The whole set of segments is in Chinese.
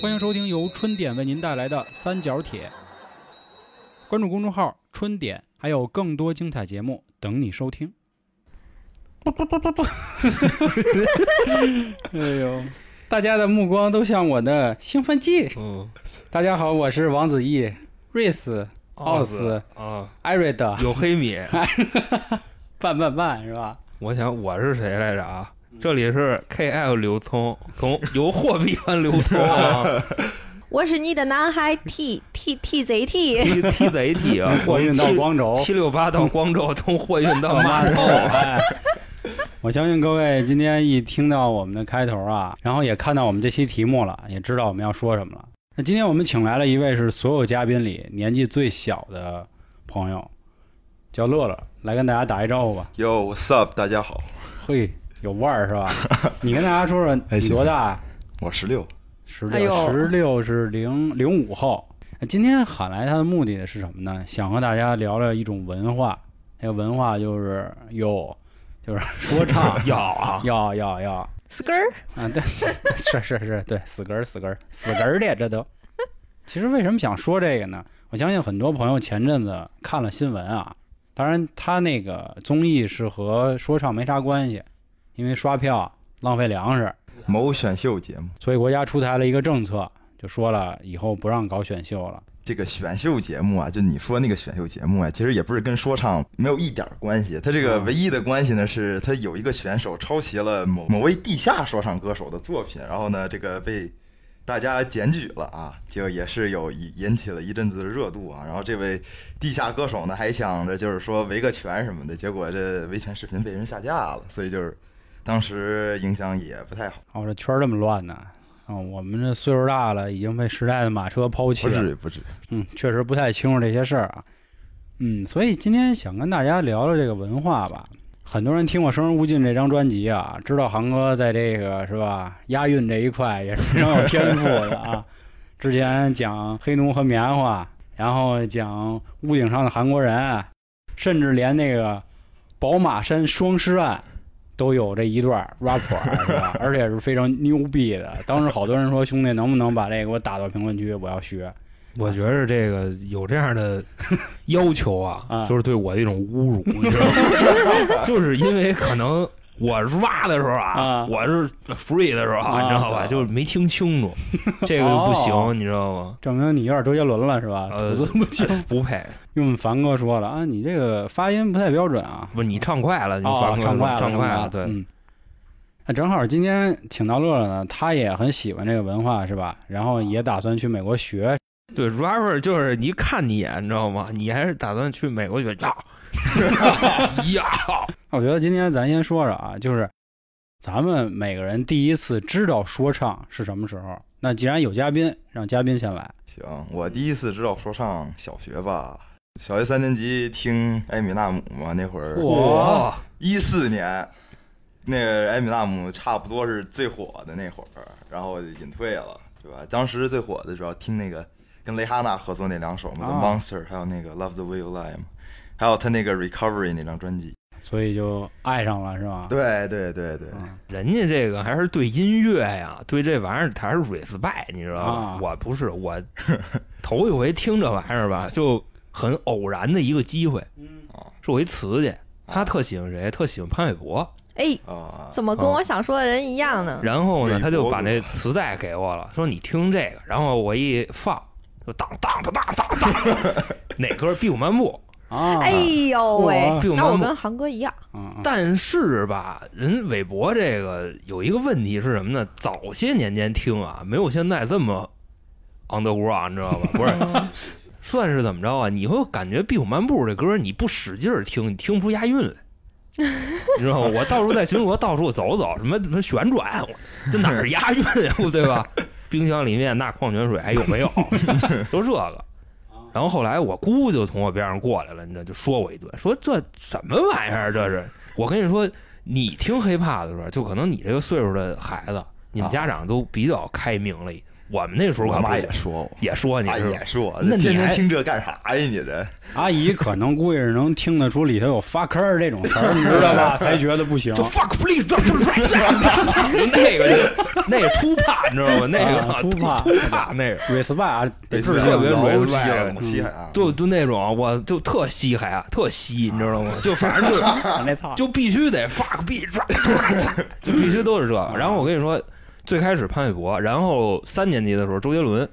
欢迎收听由春点为您带来的《三角铁》，关注公众号“春点”，还有更多精彩节目等你收听。 哎呦，大家的目光都向我的兴奋剂。嗯，大家好，我是王子毅、瑞斯、奥斯、啊，艾瑞德，有黑 米。半半半是吧？我想我是谁来着啊？这里是 KL 刘聪，从由货币换刘 聪啊我是你的男孩 T T T Z T， ，T T Z T 啊， 货运到光州，七六八到光州，从货运 到我码头。哎， 我相信各位今天一听到我们的开头啊，然后也看到我们这期题目了，也知道我们要说什么了。那今天我们请来了一位是所有嘉宾里年纪最小的朋友，叫乐乐，来跟大家打一招呼吧。 Yo, what's up？大家好，嘿，有腕儿是吧？你跟大家说说你多大？我十六，十哎六，呦十六是零零五后。今天喊来他的目的是什么呢？想和大家聊聊一种文化，那个文化就是有，就是说 唱，要啊， 要要要啊！ s 根儿，对， 是是是，对，死根儿死根儿死根儿的，这都。其实为什么想说这个呢？我相信很多朋友前阵子看了新闻啊，当然他那个综艺是和说唱没啥关系，因为刷票浪费粮食，某选秀节目，所以国家出台了一个政策，就说了以后不让搞选秀了。这个选秀节目啊，就你说那个选秀节目啊，其实也不是跟说唱没有一点儿关系，它这个嗯唯一的关系呢，是它有一个选手抄袭了某某位地下说唱歌手的作品，然后呢，这个被大家检举了啊，就也是有一引起了一阵子的热度啊，然后这位地下歌手呢，还想着就是说维个权什么的，结果这维权视频被人下架了，所以就是当时影响也不太好。哦，这圈儿这么乱呢。啊、我们这岁数大了，已经被时代的马车抛弃不了。至于，不至于。嗯，确实不太清楚这些事儿啊。嗯，所以今天想跟大家聊聊这个文化吧。很多人听过《生人勿近》这张专辑啊，知道航哥在这个是吧押韵这一块也是非常有天赋的啊。 之前讲黑奴和棉花，然后讲屋顶上的韩国人，甚至连那个宝马山双尸案都有这一段 rap 是吧？而且是非常牛逼的。当时好多人说：“兄弟，能不能把这个给我打到评论区？我要学。”我觉着这个有这 样的要求啊啊，就是对我的一种侮 辱，你知道吗？就是因为可能我挖的时候啊啊，我是 free 的时候啊，啊你知道吧？啊就是没听 清楚，这个不哦行，你知道吗？证明你有点周杰伦了是吧？呃吐字不 清。不配，因为我们凡哥说了啊，你这个发音不太标准啊。不是你唱快了，你哦翻，过来唱快唱快快了，对，嗯。那正好今天请到乐乐呢，他也很喜欢这个文化是吧？然哦后也打算去美国学。对，rapper 就是你一看你眼，你知道吗？你还是打算去美国学呀呀？我觉得今天咱先说说啊，就是咱们每个人第一次知道说唱是什么时候？那既然有嘉宾，让嘉宾先来。行，我第一次知道说唱，小学吧，小学三年级听艾米纳姆嘛，那会儿嚯哇，一四年，那个艾米纳姆差不多是最火的那会儿，然后隐退了，对吧？当时最火的主要听那个跟蕾哈娜合作那两首嘛，啊 The Monster》，还有那个《Love the Way You Lie》嘛，还有他那个《Recovery》那张专辑。所以就爱上了是吧？对对对对，嗯人家这个还是对音乐呀，对这玩意儿他是 respect，你知道吧？啊我不是我头一回听这玩意儿吧，就很偶然的一个机会，啊是我一词去，他特喜欢谁？特喜欢潘玮柏。哎，啊，怎么跟我想说的人一样呢？然后呢，对他就国把歌那磁带给我了，说你听这个。然后我一放，就当当当当当当，哪歌？壁虎漫步。啊，哎呦喂哇，并不那盲我目跟航哥一样，嗯嗯但是吧，人韦伯这个有一个问题是什么呢？早些年间听啊，没有现在这么昂德国啊，你知道吧？不是， 算是怎么着啊？你会感觉《壁虎漫步》这歌，你不使劲儿听，你听不出押韵来。你知道吗？我到处在巡逻，到处走走，什么什么旋转，我这哪儿押韵啊？对吧？冰箱里面那矿泉水还有没有？都这个。然后后来我姑就从我边上过来了，你知道，就说我一顿，说这什么玩意儿？这是我跟你说，你听黑怕的时候，就可能你这个岁数的孩子，你们家长都比较开明了。已经。我们那时候我可不妈是也说我。也说你妈是吧也说，那你天天还听这干啥呀？你这阿姨可能估计是能听得出里头有发坑儿 这种词儿，你知道吧？才觉得不行。就 fuck please，这这这这，那个就那个秃怕，你知道吗？那个啊秃秃怕秃怕那个， respect 啊，得致别敬特别嗯老软低赖了，了老啊西海岸，就就那种我就特稀罕，特稀，你知道吗？就反正就那操，就必须得 fuck 必抓，就必须都是这。然后我跟你说，最开始潘玮柏，然后三年级的时候周杰伦，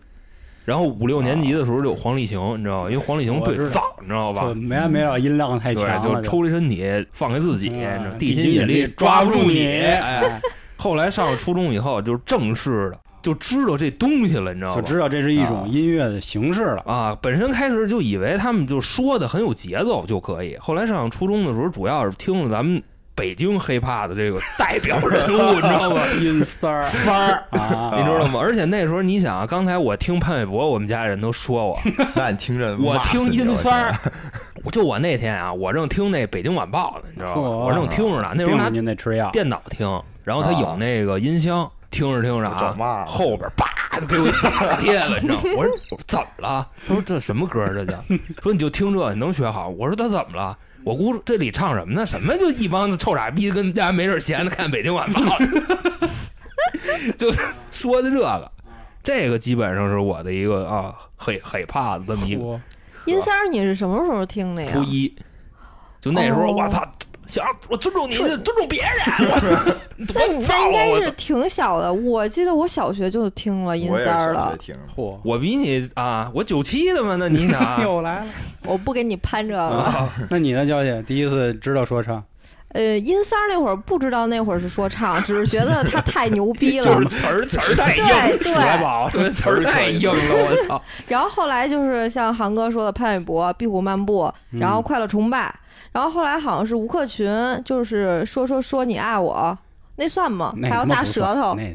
然后五六年级的时候就有黄立行，你知道吗？因为黄立行我对知道造，你知道吧就？没完没了，音量太嗯对，强就了，抽离身体放给自己，你知道嗯地地心心引引力力抓抓不不住住你你。哎哎，后来上了初中以后，就正式的就知道这东西了，啊你知道就吧？知道这是一种音乐的形式 了。啊，本身开始就以为他们就说的很有节奏就可以，后来上初中的时候，主要是听了咱们北京黑怕的这个代表人物，你知道吗？音三儿三儿，啊，你知道吗？而且那时候你想，啊，刚才我听潘玮柏，我们家人都说我， 那你听着，我骂死听你了音三儿，我 就我那天啊，我正听那《北京晚报》呢，你知道吧？嚯我正听着呢，那时候并拿着您得啊吃药，电脑听，然后它有那个音箱，听着听着啊我找骂啊了，后边叭就给我一 大贴了，你知道吗？我说我说怎么了？他说这什么歌儿啊这叫？说你就听这，你能学好？我说他怎么了？我估这里唱什么呢？什么就一帮臭傻逼跟家没事闲的看《北京晚报》，就说的这个，这个基本上是我的一个啊黑黑怕的这么一个嚯音三儿，你是什么时候听的呀？初一，就那时候哦我操，想我尊重你，尊重别人，我 那多你造那应啊！我该操是挺小的，我记得我小学就听了音我也是三儿小学了。听着嚯，我比你啊，我九七的嘛，那你 想啊 又来了。我不跟你攀这个。啊，那你呢，娇姐？第一次知道说唱，呃，音三儿那会儿不知道那会儿是说唱，只是觉得他太牛逼 了。就是词儿词儿太硬对来对。宝，了，词儿太硬了，我操！然后后来就是像韩哥说的潘玮柏、壁虎漫步，嗯然后快乐崇拜，然后后来好像是吴克群，就是说说说你爱我，那算吗？那还有他妈大不舌算头。那哎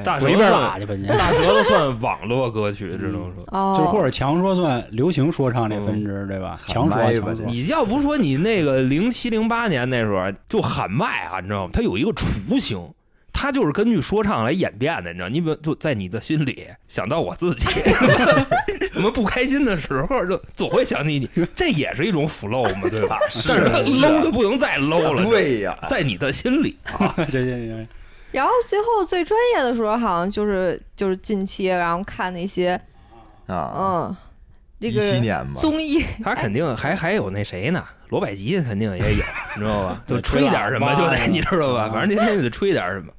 呀大舌回头边算拉去吧你。 大舌头算网络歌曲，只能说。哦，就或者强说算流行说唱嗯这分支，对吧？强说啊喊麦吧强说这，你要不说你那个零七零八年那时候就喊麦啊，你知道吗？它有一个雏形，它就是根据说唱来演变的，你知道？你比如就在你的心里想到我自己，什么不开心的时候就总会想起你，这也是一种 flow 嘛，对吧？ 是但是它是 low 的不能再 low 了，对呀，在你的心里。 行行行，然后最后最专业的时候，好像就是就是近期，然后看那些啊，嗯，这一个七年吧，综艺，他肯定还还有那谁呢，罗百吉肯定也有，你知道 吧？就对吹点什吹么喇就叭得，你知道吧？啊反正那天就得吹点什么。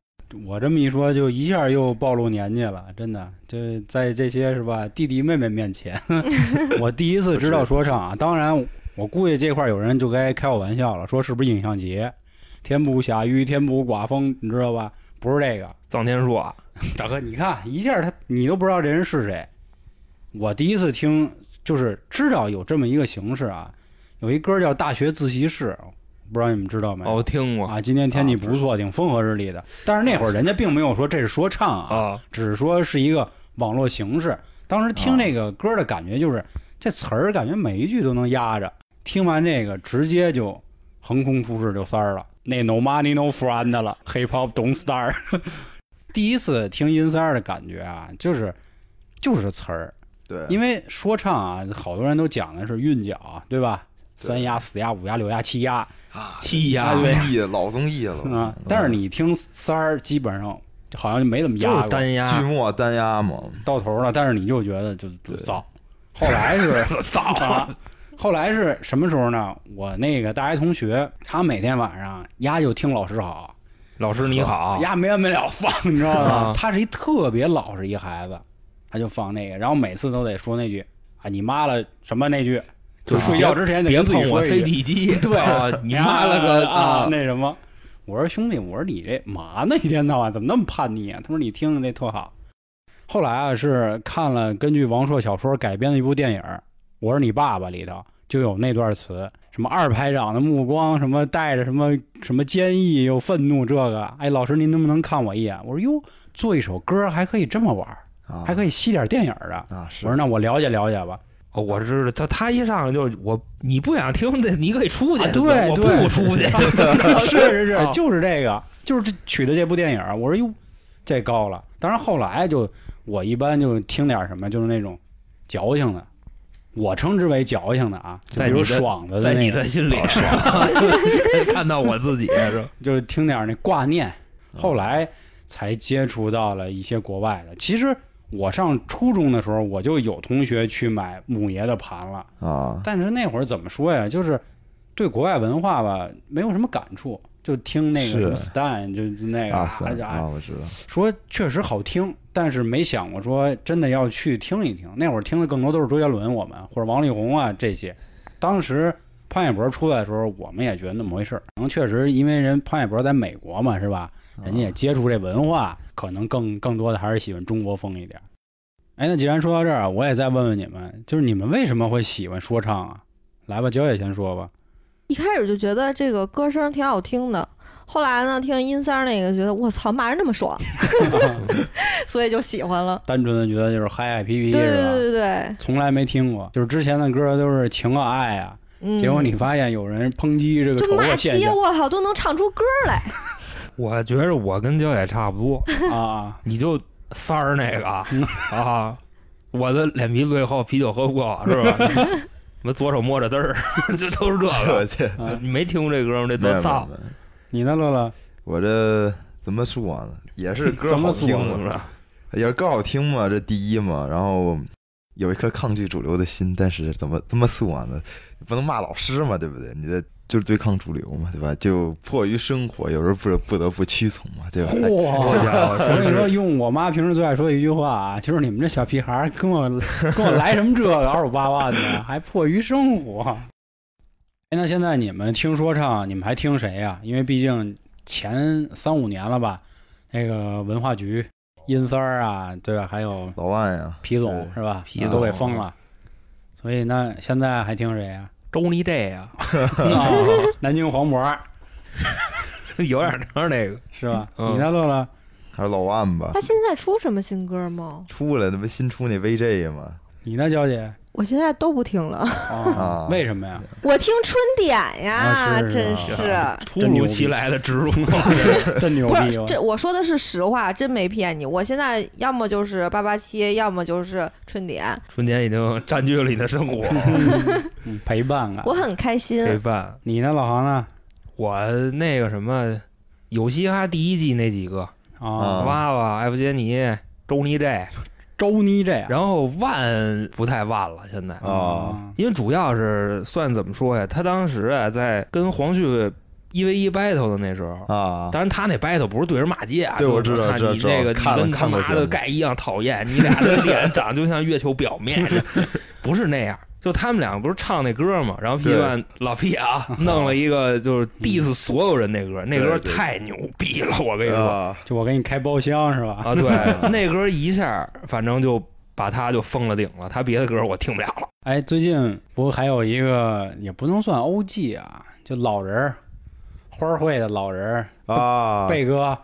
我这么一说，就一下又暴露年纪了，真的。这在这些是吧弟弟妹妹面前，我第一次知道说唱啊。当然，我估计这块儿有人就该开我玩笑了，说是不是尹相杰？天不下雨，天不刮风，你知道吧？不是这个，臧天朔啊，大哥，你看一下他，你都不知道这人是谁。我第一次听，就是知道有这么一个形式啊，有一歌叫《大学自习室》，不知道你们知道没哦，有？我听过啊，今天天气不错，挺风和日丽的。但是那会儿人家并没有说这是说唱啊，啊，只是说是一个网络形式。当时听那个歌的感觉就是，这词儿感觉每一句都能压着。听完这个，直接就横空出世就三儿了，那 no money no friend 的了，hip hop don't star。第一次听音三儿的感觉啊，就是就是词儿，对，因为说唱啊，好多人都讲的是韵脚，啊对吧？对三压、四压、五压、六压、七压啊，七啊呀，对综艺老综艺了嗯啊，嗯但是你听三儿，基本上好像就没怎么就压是过，单剧压，末单压嘛，到头了，但是你就觉得就就对糟。后来是 早啊啊，，后来是什么时候呢？我那个大学同学，他每天晚上丫就听老师好，老师你好，丫没完没了放，你知道吗啊？他是一特别老实一孩子，他就放那个，然后每次都得说那句啊你妈了什么那句，就啊睡觉之前得别跟自己碰我说一句， CD 机， 对啊你妈了个啊！那什么。我说兄弟，我说你这嘛呢？一天到晚怎么那么叛逆啊？他说你听着这特好。后来啊，是看了根据王朔小说改编的一部电影儿《我是你爸爸》里头就有那段词，什么二排长的目光，什么带着什么什么坚毅又愤怒，这个哎，老师您能不能看我一眼？我说哟，做一首歌还可以这么玩儿，啊，还可以吸点电影儿的。啊，我是说那我了解了解吧。哦我知道，他他一上来就是我，你不想听的，你可以出去啊，对我对不出去， 是是是啊，就是这个，就是这取的这部电影儿。我说哟，这高了。当然后来就我一般就听点什么，就是那种矫情的，我称之为矫情的啊，就在比如你的爽的在那你个的，心里， 看到我自己是吧嗯就是听点那挂念。后来才接触到了一些国外的。其实我上初中的时候，我就有同学去买母爷的盘了，啊，但是那会儿怎么说呀，就是对国外文化吧，没有什么感触，就听那个是什么 Stan，就就那个啊塞哦就啊，我知道，说确实好听，但是没想过说真的要去听一听。那会儿听的更多都是周杰伦，我们或者王力宏啊这些。当时潘玮柏出来的时候，我们也觉得那么回事儿。可能确实因为人潘玮柏在美国嘛，是吧？人啊家也接触这文化，可能更更多的还是喜欢中国风一点儿。哎，那既然说到这儿啊，我也再问问你们，就是你们为什么会喜欢说唱啊？来吧，焦姐先说吧。一开始就觉得这个歌声挺好听的，后来呢，听音三儿那个，觉得我操，骂人那 么爽，所以就喜欢了。单纯的觉得就是嗨嗨皮皮对对是对吧？对对，从来没听过，就是之前的歌都是情啊爱啊，嗯，结果你发现有人抨击这个就丑骂恶现街，象我操，都能唱出歌来。我觉着我跟焦姐差不多，啊，你就三儿那个嗯啊啊，我的脸皮最厚，啤酒喝不够啊是吧？ 我左手摸着嘚儿， 这都是这我个。去，啊你没听过这歌吗？这哎没多有没有燥没，有你呢，乐乐？我这怎么说呢？也 是歌怎么好说听呢嘛，啊也是歌好听嘛，这第一嘛。然后有一颗抗拒主流的心，但是怎么这么说呢？不能骂老师嘛，对不对？你这就是对抗主流嘛，对吧？就迫于生活，有时候不得不得不屈从嘛，对吧？哎好嚯！家 伙，我跟真你说，是用我妈平时最爱说的一句话啊，就是你们这小屁孩儿跟我跟我来什么这个二五八万的，还迫于生活。哎，那现在你们听说唱，你们还听谁呀、因为毕竟前三五年了吧，那个文化局音三儿啊，对吧？还有老万呀，皮总是是吧？皮都给总封了，所以那现在还听谁呀、周尼这呀， 哦南京黄渤儿有点儿那个。是吧？嗯你呢，乐乐？还是老万吧他。现在出什么新歌吗？出来，那不新出那 VJ 吗？你呢，娇姐？我现在都不听了，哦啊为什么呀？ 我听春点呀，啊是是真是是。突真牛如逼 其来的植入， 真牛不逼！啊是我这，我说的是实话，真没骗你。我现在要么就是八八七，要么就是春点，啊瞬间已经占据了你的生活。 嗯陪伴啊我！很开心。陪伴你呢，老航呢？我那个什么，有嘻哈第一季那几个，啊，啊娃娃、艾弗杰尼、周尼这，周妮这样然后万不太万了，现在，哦啊，因为主要是算怎么说呀？他当时啊，在跟黄旭一 v 一 battle 的那时候。啊，当然，他那 battle 不是对着骂街啊，对我知道就是说你知道这个知道你跟他看了妈看过的盖一样讨厌，你俩的脸长得就像月球表面，不是那样。就他们两个不是唱那歌嘛，然后 P 对万老 P 啊，弄了一个就是 diss 所有人那歌，那歌对对太牛逼了，我跟你说啊就我给你开包厢是吧？啊，对，那歌一下反正就把他就封了顶了，他别的歌我听不了了。哎，最近不还有一个也不能算 OG 啊，就老人儿，花儿会的老人儿啊，贝哥，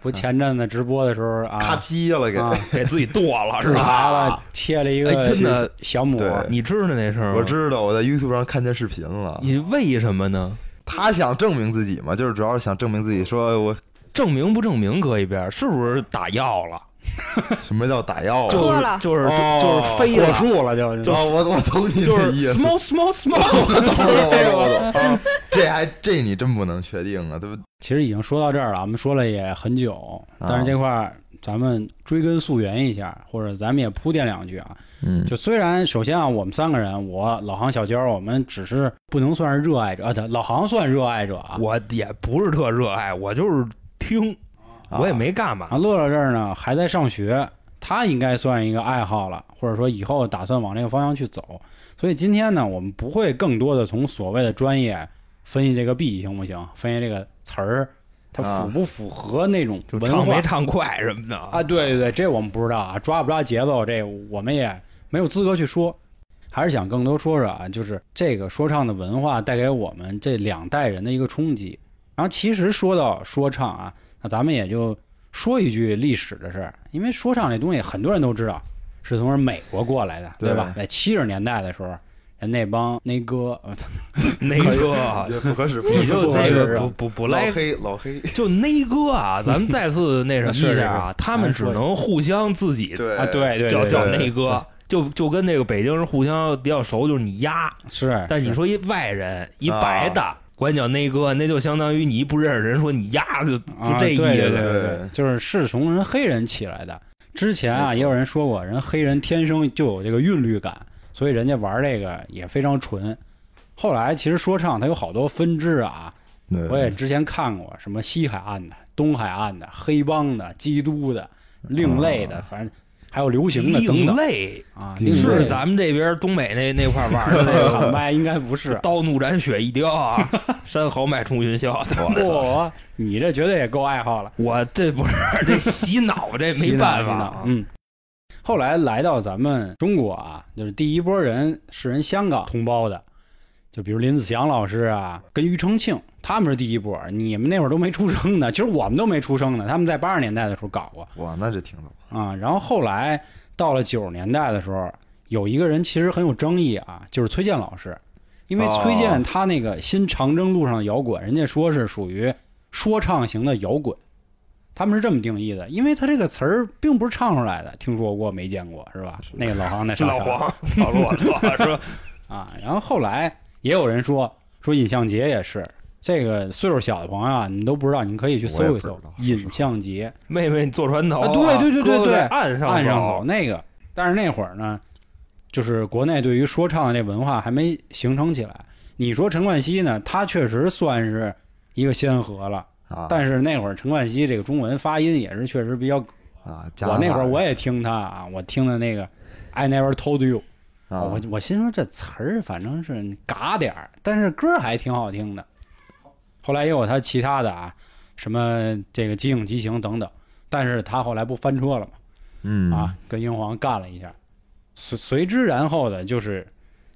不前阵子直播的时候啊，咔叽了给，啊给自己剁了自是啊吧？查了，切了一个哎真的小母，对你知道那事儿吗？我。知道，我在 YouTube 上看见视频了。你为什么呢？他想证明自己嘛，就是主要是想证明自己，说我证明不证明搁一边儿，是不是打药了？什么叫打药啊？就脱了就是哦就是飞过了，树了就啊，我我懂你就的是意思， small small small。我懂我懂我懂我懂，这还这你真不能确定啊，对不对？其实已经说到这儿了，我们说了也很久，啊但是这块儿咱们追根溯源一下，或者咱们也铺垫两句啊。嗯就虽然首先啊，我们三个人，我老航、小娇，我们只是不能算是热爱者，啊，对老航算热爱者啊。我也不是特热爱，我就是听，我也没干啊，嘛。乐乐这儿呢还在上学，他应该算一个爱好了，或者说以后打算往这个方向去走。所以今天呢，我们不会更多的从所谓的专业分析这个 B 行不行，分析这个词儿它符不符合那种啊就文唱化没唱快什么的啊啊，对对对，这我们不知道啊，抓不抓节奏，这我们也没有资格去说。还是想更多说说啊，就是这个说唱的文化带给我们这两代人的一个冲击。然后其实说到说唱啊，那咱们也就说一句历史的事儿，因为说唱这东西很多人都知道，是从美国过来的，对吧？在七十年代的时候，人那帮那哥， 啊我操那个也啊不合适，不合适你就不合这适不合个适不不不老赖，黑老黑，就那哥啊，咱们再次那什么一下是啊是，他们只能互相自己对啊，对对叫对，叫对那哥。就就跟那个北京人互相比较熟，就是你丫，是，啊但你说一外人一白的管你叫那哥，那就相当于你一不认识人说你丫就啊就这意思。对对对对对，就是是从人黑人起来的。之前没啊，错也有人说过，人黑人天生就有这个韵律感，所以人家玩这个也非常纯。后来其实说唱它有好多分支啊，对我也之前看过，什么西海岸的、东海岸的、黑帮的、基督的、另类的，反正还有流行的等啊另等类啊。另类是咱咱们这边东北那那块玩 的那个。坦白应该不是 刀怒斩雪一 雕啊，山豪迈冲云霄。 嚯，哦你这绝对也够爱好了。我这不是这洗脑，这没办法啊。嗯。后来来到咱们中国啊，就是第一波人是人香港同胞的，就比如林子祥老师啊，跟庾澄庆他们是第一波，你们那会儿都没出生呢，其实我们都没出生呢，他们在八十年代的时候搞过哇，那这挺早。啊、然后后来到了九十年代的时候，有一个人其实很有争议啊，就是崔健老师，因为崔健哦他那个新长征路上的摇滚，人家说是属于说唱型的摇滚，他们是这么定义的，因为他这个词儿并不是唱出来的，听说过没见过是吧？那个老黄在这 上老海 黄老骆驼说，啊，然后后来也有人说说尹相杰也是。这个岁数小的朋友啊，你们都不知道，你们可以去我也搜一不知搜道尹相杰。妹妹你坐船头啊，啊对对对对哥哥对在岸上岸上走那个。但是那会儿呢，就是国内对于说唱的这文化还没形成起来。你说陈冠希呢，他确实算是一个先河了，啊，但是那会儿陈冠希这个中文发音也是确实比较。啊，加拿我那大会儿我人也听他啊，我听的那个 I never told you，、啊，我我心说这词儿反正是嘎点儿，但是歌儿还挺好听的。后来也有他其他的啊，什么这个《机影激情》等等，但是他后来不翻车了吗？嗯啊，，跟英皇干了一下。随随之然后的就是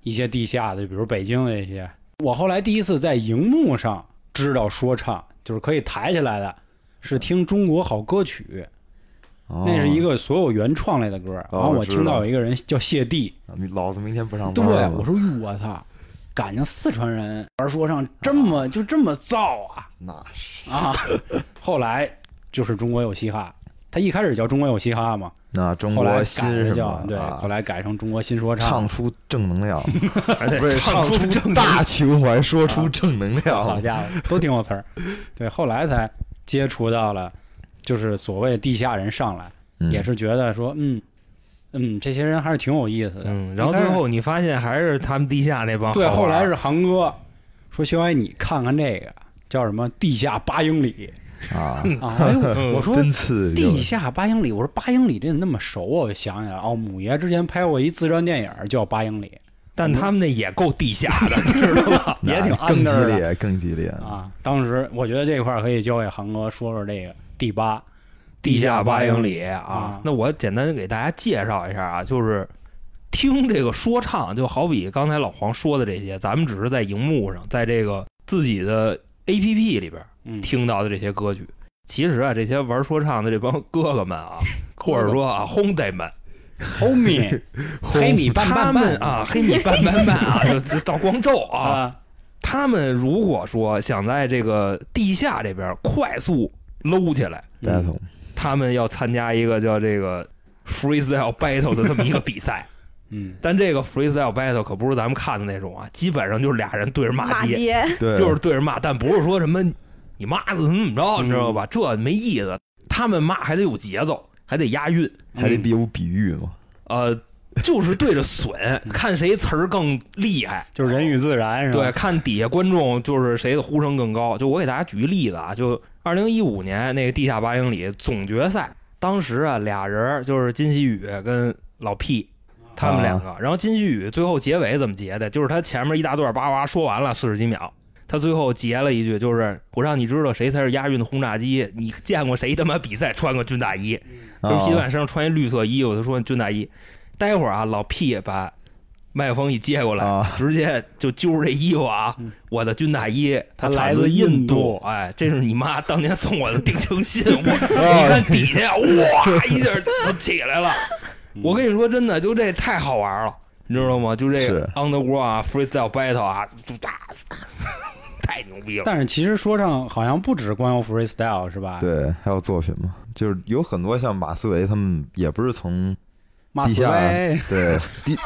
一些地下的，就比如北京的一些。我后来第一次在荧幕上知道说唱，就是可以抬起来的，哦是听《中国好歌曲》，那是一个个所有原创类的歌。然后我我哦知听道到有一个人叫谢帝，老子明天不上对班了。我说哟我操，感情四川人玩说唱这哦么就这么燥啊！那是 啊，后来就是中国有嘻哈，他一开始叫中国有嘻哈嘛，那中后来国改新了什叫么？对，啊后来改成中国新说唱出正能 量，不是唱唱出出正大情怀，说出正能好量。家伙，都挺有词儿。对，后来才接触到了，就是所谓地下人上来，嗯也是觉得说，嗯嗯，这些人还是挺有意思的。嗯，然后最后你发现还是他们地下那帮对，好后玩来是航哥说：“肖威，你看看这个叫什么？地下八英里啊， 啊！”哎嗯呦，我说真刺激地下八英里，我说八英里这怎么那么熟啊？我就想起来了，哦，母爷之前拍过一自传电影叫《八英里但他们那也够地下的，知道吧？也挺啊那更 under 激的烈，更激烈》嗯啊。当时我觉得这块儿可以交给航哥说说这个第八地下八英里。里啊啊。那我简单给大家介绍一下啊，就是听这个说唱，就好比刚才老黄说的这些，咱们只是在荧幕上，在这个自己的 APP 里边嗯，听到的这些歌曲。其实啊，这些玩说唱的这帮哥哥们 啊，或者说啊，轰呆们， homie，黑 米拌他拌们拌啊，黑米拌拌拌啊，就就到光州啊，啊，他们如果说想在这个地下这边快速搂起来，嗯，battle 他们要参加一个叫这个 freestyle battle 的这么一个比赛。嗯，但这个 freestyle battle 可不是咱们看的那种啊，基本上就是俩人对着骂骂街，街，对，就是对着骂，但不是说什么你妈的怎么怎么着，你知道吧？这没意思。他们骂还得有节奏，还得押韵，还嗯得比有比喻嘛。呃，就是对着损，看谁词儿更厉害。就是人与自然是吧？对，看底下观众就是谁的呼声更高。就我给大家举个例子啊，就二零一五年那个地下八英里总决赛，当时啊俩人儿就是金希宇跟老 P。他们两个，啊然后金希宇最后结尾怎么结的？就是他前面一大段叭叭说完了四十几秒，他最后结了一句，就是我让你知道谁才是押韵的轰炸机。你见过谁他妈比赛穿个军大衣？嗯就是啊皮蛋身上穿一绿色衣服，他说军大衣。待会儿啊，老 P 把麦克风一接过来，啊直接就揪着这衣服啊，嗯我的军大衣，它它来产自自印印度哎，这是你妈当年送我的定情信，我你啊看底下哇一下就起来了。嗯我跟你说，真的，就这太好玩了，你知道吗？就这是 on the w o r l 啊，freestyle battle 啊，就大，太牛逼了。但是其实说唱好像不止光有 freestyle 是吧？，对，还有作品嘛，就是有很多像马思唯他们也不是从马思地下唯 对地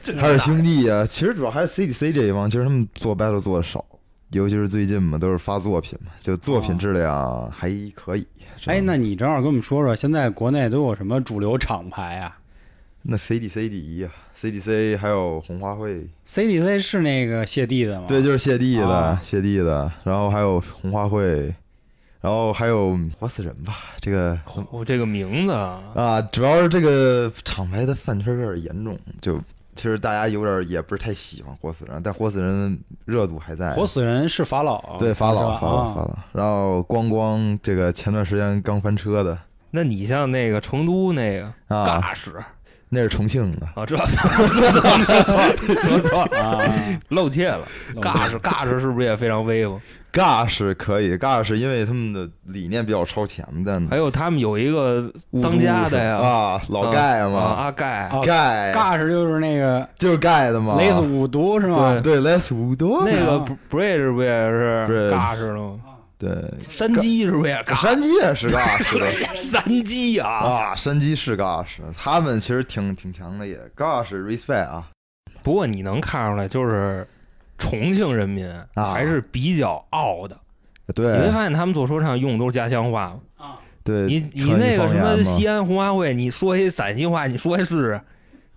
真的海尔兄弟啊，其实主要还是 CDC 这一帮，其实他们做 battle 做的少，尤其是最近嘛，都是发作品嘛，就作品质量还可以。这哎，样那你正好跟我们说说，现在国内都有什么主流厂牌啊那 CDC 第一啊，CDC 还有红花会，哦？CDC 是那个谢帝的吗？对，就是谢帝的啊，谢帝的，然后还有红花会，然后还有活死人吧，这个我这个名字啊，啊，主要是这个厂牌的饭圈有点严重，就其实大家有点也不是太喜欢活死人，但活死人热度还在。活死人是法老，对法是老吧法老啊法老，然后光光这个前段时间刚翻车的那你像那个成都那个啊，尬使那是重庆的，啊，这说错了说错了说错了，啊，露怯了。 尬使尬使是不是也非常威风？尬是可以，尬是因为他们的理念比较超前，但还有他们有一个乌当苏家是的呀啊，老盖啊嘛，阿盖，啊 盖尬是就是那个就是盖的嘛，雷死五毒是吗？对雷死五多那个 Bridge 不也是 Bridge 尬使的吗？对，山鸡是不是也尬？山鸡也是尬是的。 山鸡啊！啊，山鸡是 Gosh，他们其实挺挺强的也。Gosh respect 啊，不过你能看出来，就是重庆人民啊还是比较傲的。你会对发现他们做说唱用的都是家乡话嘛。对，你你川渝那个方什言么嘛西安红花会，你说一陕西话，你说一试试。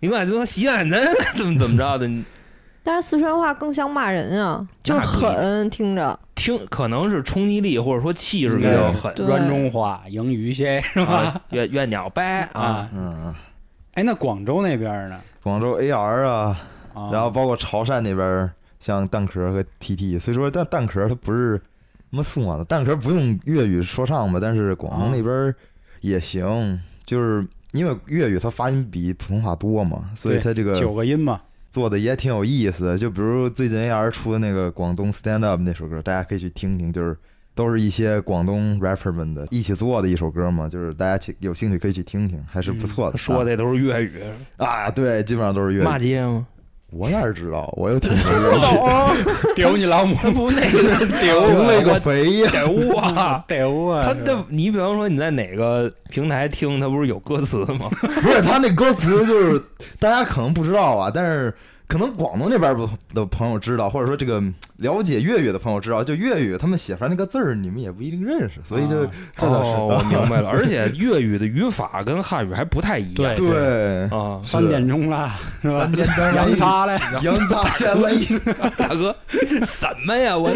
你把就说西安人 怎么怎么着的，你但是四川话更像骂人啊，就是狠，听着。听可能是冲击力或者说气势比对较嗯狠，对软中华迎鱼些是吧？啊怨怨鸟掰啊啊，嗯，嗯哎，那广州那边呢？广州 AR 啊，啊然后包括潮汕那边儿，像蛋壳和 TT，虽说蛋蛋壳它不是什么送啊的，蛋壳不用粤语说唱吧，但是广东那边儿也行，就是因为粤语它发音比普通话多嘛，所以对它这个九个音嘛，做的也挺有意思的。就比如最近 AR 出的那个广东 Stand Up 那首歌，大家可以去听听，就是都是一些广东 rapper 们的一起做的一首歌嘛，就是大家去有兴趣可以去听听，还是不错的。嗯说的的都是粤语，啊，对，基本上都是粤骂语。街吗？我哪知道？我又听不懂 粤语， 哦丢你老母，他不那 个丢顶了 个我肥呀！丢 啊！丢啊！他是的你比方说你在哪个平台听，他不是有歌词吗？不是他那歌词，就是大家可能不知道啊，但是可能广东那边不的朋友知道，或者说这个嗯了解粤语的朋友知道，就粤语他们写出来那个字儿，你们也不一定认识，所以就啊这倒是哦，我明 白了。而且粤语的语法跟汉语还不太一样。对对。啊， 三点钟了是吧三？点钟洋叉 嘞，羊杂鲜嘞，大哥，什么呀？我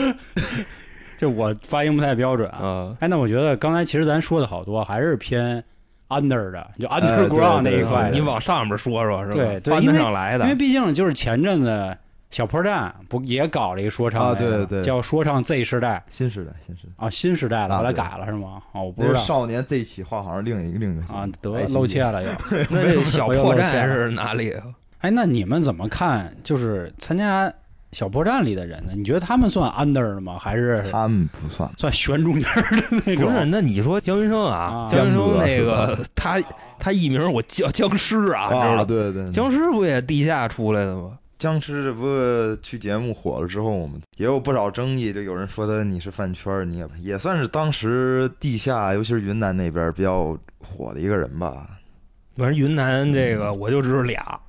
就我发音不太标准嗯啊。啊，哎，那我觉得刚才其实咱说的好多还是偏 under 的，就对 underground 那对一哎对块你的，往上面说说是吧？对对搬因得为上来因为的。毕竟就是前阵子小破站不也搞了一个说唱啊来着对对叫说唱 Z 时代新时代，新时代，啊，新时代了，啊后来对改了是吗？哦，我不那知是道少年 Z 企划，好像另一个另一个啊，哎得露怯了 又。那这小破我又露馅站了是哪里啊？哎，那你们怎么看？就是参加小破站里的人呢？你觉得他们算 under 的吗？还是他们不算， 算悬中间儿的那种？不是，那你说姜云升啊啊，姜云升那江个他他艺名我叫僵尸啊，知道啊，吧？对对，僵尸不也地下出来的吗？僵尸这不去节目火了之后，我们也有不少争议，就有人说他你是饭圈儿，你也也算是当时地下，尤其是云南那边儿比较火的一个人吧，反正云南这个我就知道俩，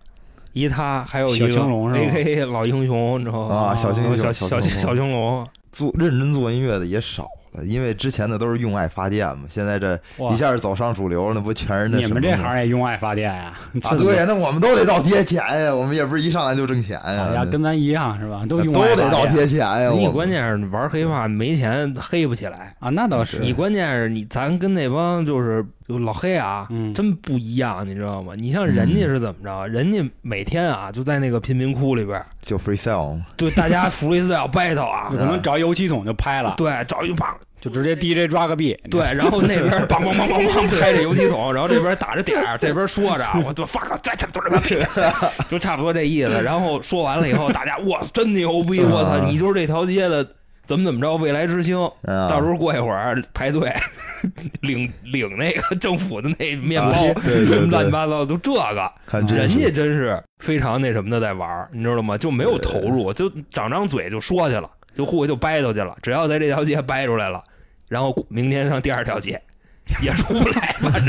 一他还有一嗯小个青龙是 A 吧 K 老英雄，你知哦道吗？啊，小青小熊，小青小熊青龙，做认真做音乐的也少了，因为之前的都是用爱发电嘛，现在这哇一下子走上主流，那不全是那你什们么这吗行也用爱发电呀？啊，对呀，那我们都得倒贴钱呀，我们也不是一上来就挣钱大呀家，哎跟咱一样是吧？都用爱啊都得发倒电贴钱哎呀。你我关键是玩黑嗯怕没钱黑不起来。啊，那倒是你关键是你咱跟那帮就是就老黑啊，嗯真不一样，你知道吗？你像人家是怎么着？人家每天啊就在那个贫民窟里边儿，就 freestyle，就大家 freestyle battle 啊有，可能找油漆桶就拍啊了，对，找一棒，就直接 DJ 抓个币。对，然后那边儿梆梆梆梆 梆拍着油漆桶，然后这边打着点儿，这边说着我就 fuck，再他妈多 就差不多这意思。然后说完了以后，大家哇，真牛逼！我操，你就是这条街的怎么怎么着未来之星。嗯，到时候过一会儿排队领领那个政府的那面包，啊对对什么 对乱七八糟都这个，看嗯真是人家真是非常那什么的在玩儿，你知道吗？就没有投入，就长张嘴就说去了，就互就掰头去了，只要在这条街掰出来了，然后明天上第二条街。也 出不来，反正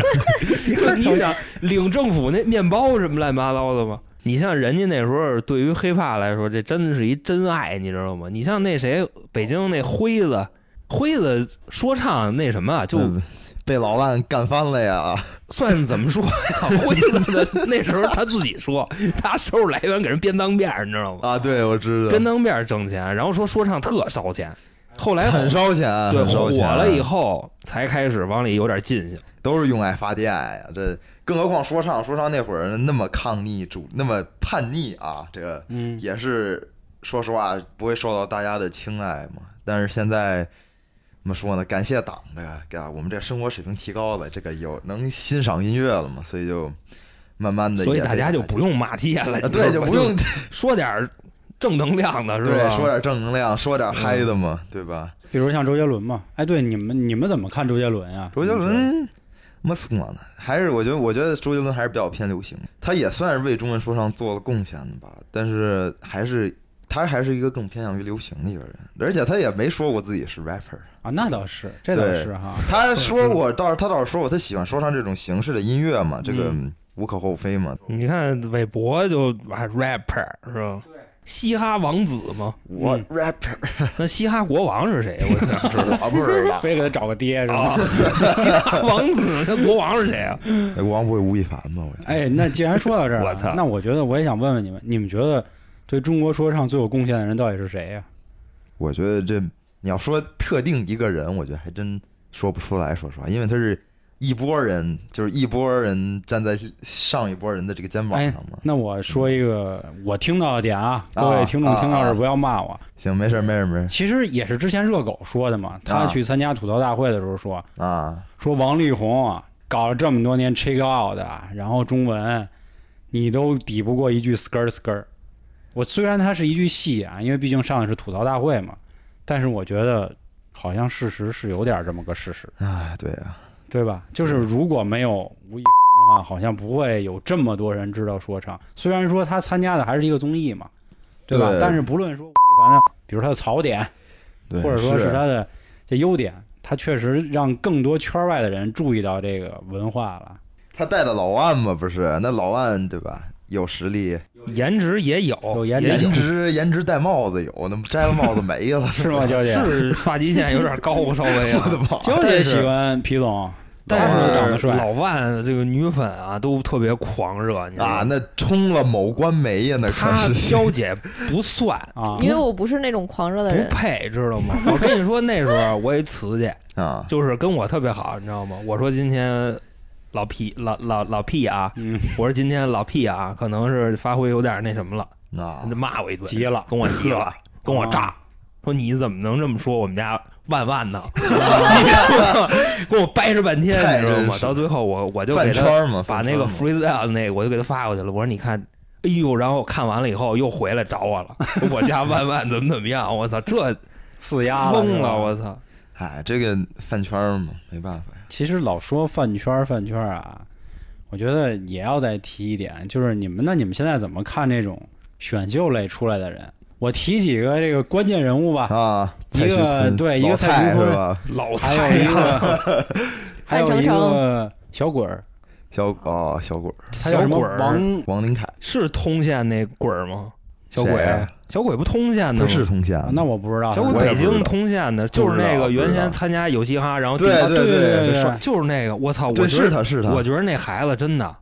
就你想领政府那面包什么乱七八糟的吗？你像人家那时候对于黑怕来说，这真是一真爱，你知道吗？你像那谁，北京那辉子，辉子说唱那什么啊，就嗯被老万干翻了呀！算怎么说呀？辉子的那时候他自己说，他收入来源给人便当面儿，你知道吗？啊，对，我知道，便当面儿挣钱，然后说说唱特烧钱，后来很烧钱，对很烧火钱了以后才开始往里有点进去。都是用爱发电呀。这更何况说唱，说唱那会儿那么抗逆主，那么叛逆啊，这个嗯，也是说实话不会受到大家的青睐嘛。但是现在怎么说呢？感谢党这个，给我们这生活水平提高了，这个有能欣赏音乐了嘛，所以就慢慢的，所以大家就不用骂街了，啊，你知道对，吧就不用说点儿正能量的，是对吧？说点正能量，说点嗨的嘛，对吧？比如像周杰伦嘛，哎，对，你们你们怎么看周杰伦啊呀？周杰伦没错呢，还是我觉得，我觉得周杰伦还是比较偏流行，他也算是为中文说唱做了贡献的吧，但是还是他还是一个更偏向于流行的一个人，而且他也没说过自己是 rapper，啊，那倒是，这倒对是哈，他说我倒是他倒是说我他喜欢说唱这种形式的音乐嘛，这个嗯无可厚非嘛。你看韦伯就啊 rapper 是吧？嘻哈王子嘛，我嗯 rapper 那嘻哈国王是谁？我想知道。我不知道，非给他找个爹是吧？啊， 嘻哈王子跟国王是谁啊？国哎王不会吴亦凡吧？我觉得哎，那既然说到这儿 我操啊，那我觉得我也想问问你们，你们觉得对中国说唱最有贡献的人到底是谁呀？我觉得这你要说特定一个人，我觉得还真说不出来，说实话，因为他是一波人，就是一波人站在上一波人的这个肩哎膀上嘛。那我说一个我听到的点啊，啊各位听众听到这儿不要骂我。行，没事儿没事儿没事其实也是之前热狗说的嘛，他啊去参加吐槽大会的时候说，儿啊，说王力宏啊，搞了这么多年 check out 的，然后中文，你都抵不过一句 skr skr。我虽然它是一句戏啊，因为毕竟上的是吐槽大会嘛，但是我觉得好像事实是有点这么个事实，哎，对啊，对吧？就是如果没有吴亦凡的话，好像不会有这么多人知道说唱。虽然说他参加的还是一个综艺嘛，对吧？对但是不论说吴亦凡啊，比如他的槽点，对，啊或者说是是他的这优点，他确实让更多圈外的人注意到这个文化了。他带的老万嘛，不是？那老万对吧？有实力，颜值也有，有颜值也颜值颜值戴帽子有，那么摘了帽子没了，是 吗，娇姐？是发际线有点高，稍微我的啊。妈呀！娇姐喜欢皮总，老但是万长得帅老万这个女粉啊，都特别狂热，你知道吗啊，那冲了某官媒呀，那他可 是娇姐不算，啊，因为我不是那种狂热的不人，配，知 道吗？我跟你说，那时候我有一瓷去，啊，就是跟我特别好，你知道吗？我说今天老屁老老老屁啊，嗯我说今天老屁啊，可能是发挥有点那什么了，那他就骂我一顿，急了跟我急了，跟我炸啊，说你怎么能这么说我们家万万 呢？跟我掰扯半天，太你知道真吗？是到最后我我就给饭他圈嘛，把饭那圈个嘛 freestyle 那个我就给他发过去了，我说你看。哎呦！然后我看完了以后，又回来找我了。 我家万万怎么怎么样？我操，这四丫疯是吧了！我操！哎，这个饭圈儿嘛，没办法呀。其实老说饭圈儿饭圈儿啊，我觉得也要再提一点，就是你们那你们现在怎么看这种选秀类出来的人？我提几个这个关键人物吧，啊，一个蔡徐坤对一个老蔡蔡徐坤是吧？老还蔡有一呀、个， 还有一个小鬼儿，小哦，小鬼儿他叫什么小鬼儿王？王林凯是通县那鬼儿吗？小谁鬼啊，小鬼不通县的不吗？是通县啊，那我不知道，小我鬼北也不知京道通县的，就是那不知道个原不知道先参加有嘻哈，然后第对一啊对对对帅就是那个，我操！我对觉是得，他是他，我觉得那孩子真的